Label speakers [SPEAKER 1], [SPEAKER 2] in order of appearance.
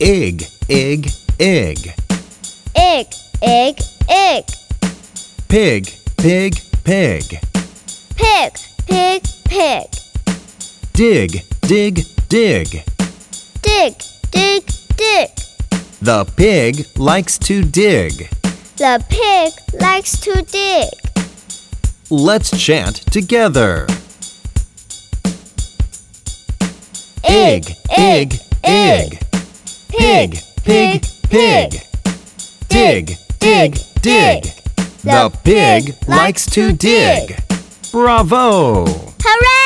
[SPEAKER 1] Egg, egg, egg.
[SPEAKER 2] Egg, egg, egg.
[SPEAKER 1] Pig, pig, pig.
[SPEAKER 2] Pig, pig, pig.
[SPEAKER 1] Dig, dig, dig.
[SPEAKER 2] Dig, dig, dig.
[SPEAKER 1] The pig likes to dig.
[SPEAKER 2] The pig likes to dig.
[SPEAKER 1] Let's chant together. Egg, egg, egg. Pig, pig, pig. Dig, dig, dig. The pig likes to dig. Bravo!
[SPEAKER 2] Hooray!